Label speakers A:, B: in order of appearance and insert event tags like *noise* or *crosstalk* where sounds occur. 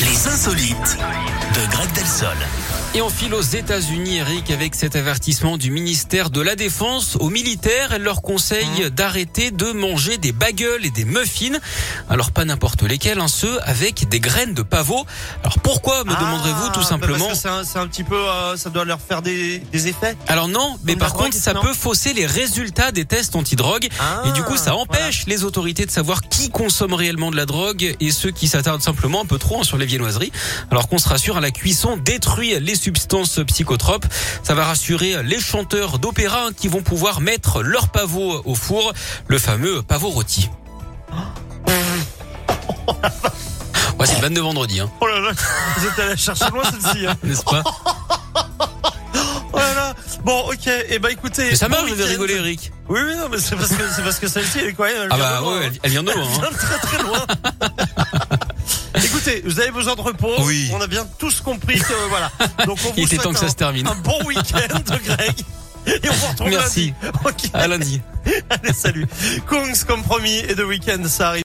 A: Les insolites de Greg Delsol.
B: Et on file aux États-Unis, Eric, avec cet avertissement du ministère de la Défense aux militaires. Elle leur
C: Mmh.
B: conseille d'arrêter de manger des bagels et des muffins. Alors pas n'importe lesquels, hein, ceux avec des graines de pavot. Alors pourquoi, me
C: Ah,
B: demanderez-vous,
C: bah
B: tout simplement
C: parce que c'est un, c'est un petit peu, euh, ça doit leur faire des, des effets.
B: Alors non, mais
C: Comme
B: par
C: la
B: contre,
C: drogue,
B: ça
C: non
B: peut fausser les résultats des tests antidrogue.
C: Ah,
B: Et du coup, ça
C: voilà.
B: empêche les autorités de savoir qui consomme réellement de la drogue et ceux qui s'attardent simplement un peu trop sur les viennoiseries. Alors qu'on se rassure, à la cuisson détruit les substances psychotropes. Ça va rassurer les chanteurs d'opéra hein, qui vont pouvoir mettre leur pavot au four, le fameux pavot
C: *laughs*
B: rôti. Ouais, c'est le 22 vendredi, hein,
C: Oh là là, *laughs* vous êtes allé la chercher loin celle-ci. hein.
B: n'est-ce pas
C: Oh là là. Bon, ok. Et eh ben écoutez.
B: Mais ça
C: bon
B: marche, vous avez
C: week-end.
B: rigolé, Eric.
C: Oui, oui, non, mais c'est parce que c'est parce que celle-ci elle est quoi elle
B: Ah
C: vient
B: bah
C: de loin,
B: ouais,
C: hein.
B: elle- elle vient de loin.
C: Elle
B: hein.
C: vient de très très
B: *laughs*
C: loin. Écoutez, vous avez besoin de repos.
B: Oui.
C: On a bien tous compris que euh, voilà. Donc on vous
B: Il était
C: souhaite
B: temps que ça
C: un-
B: se termine.
C: Un bon
B: *laughs*
C: week-end, Greg. Et on vous retrouve
B: Merci.
C: lundi. Ok.
B: À lundi.
C: Allez, salut. Kungs, comme promis, et de week-end, ça arrive.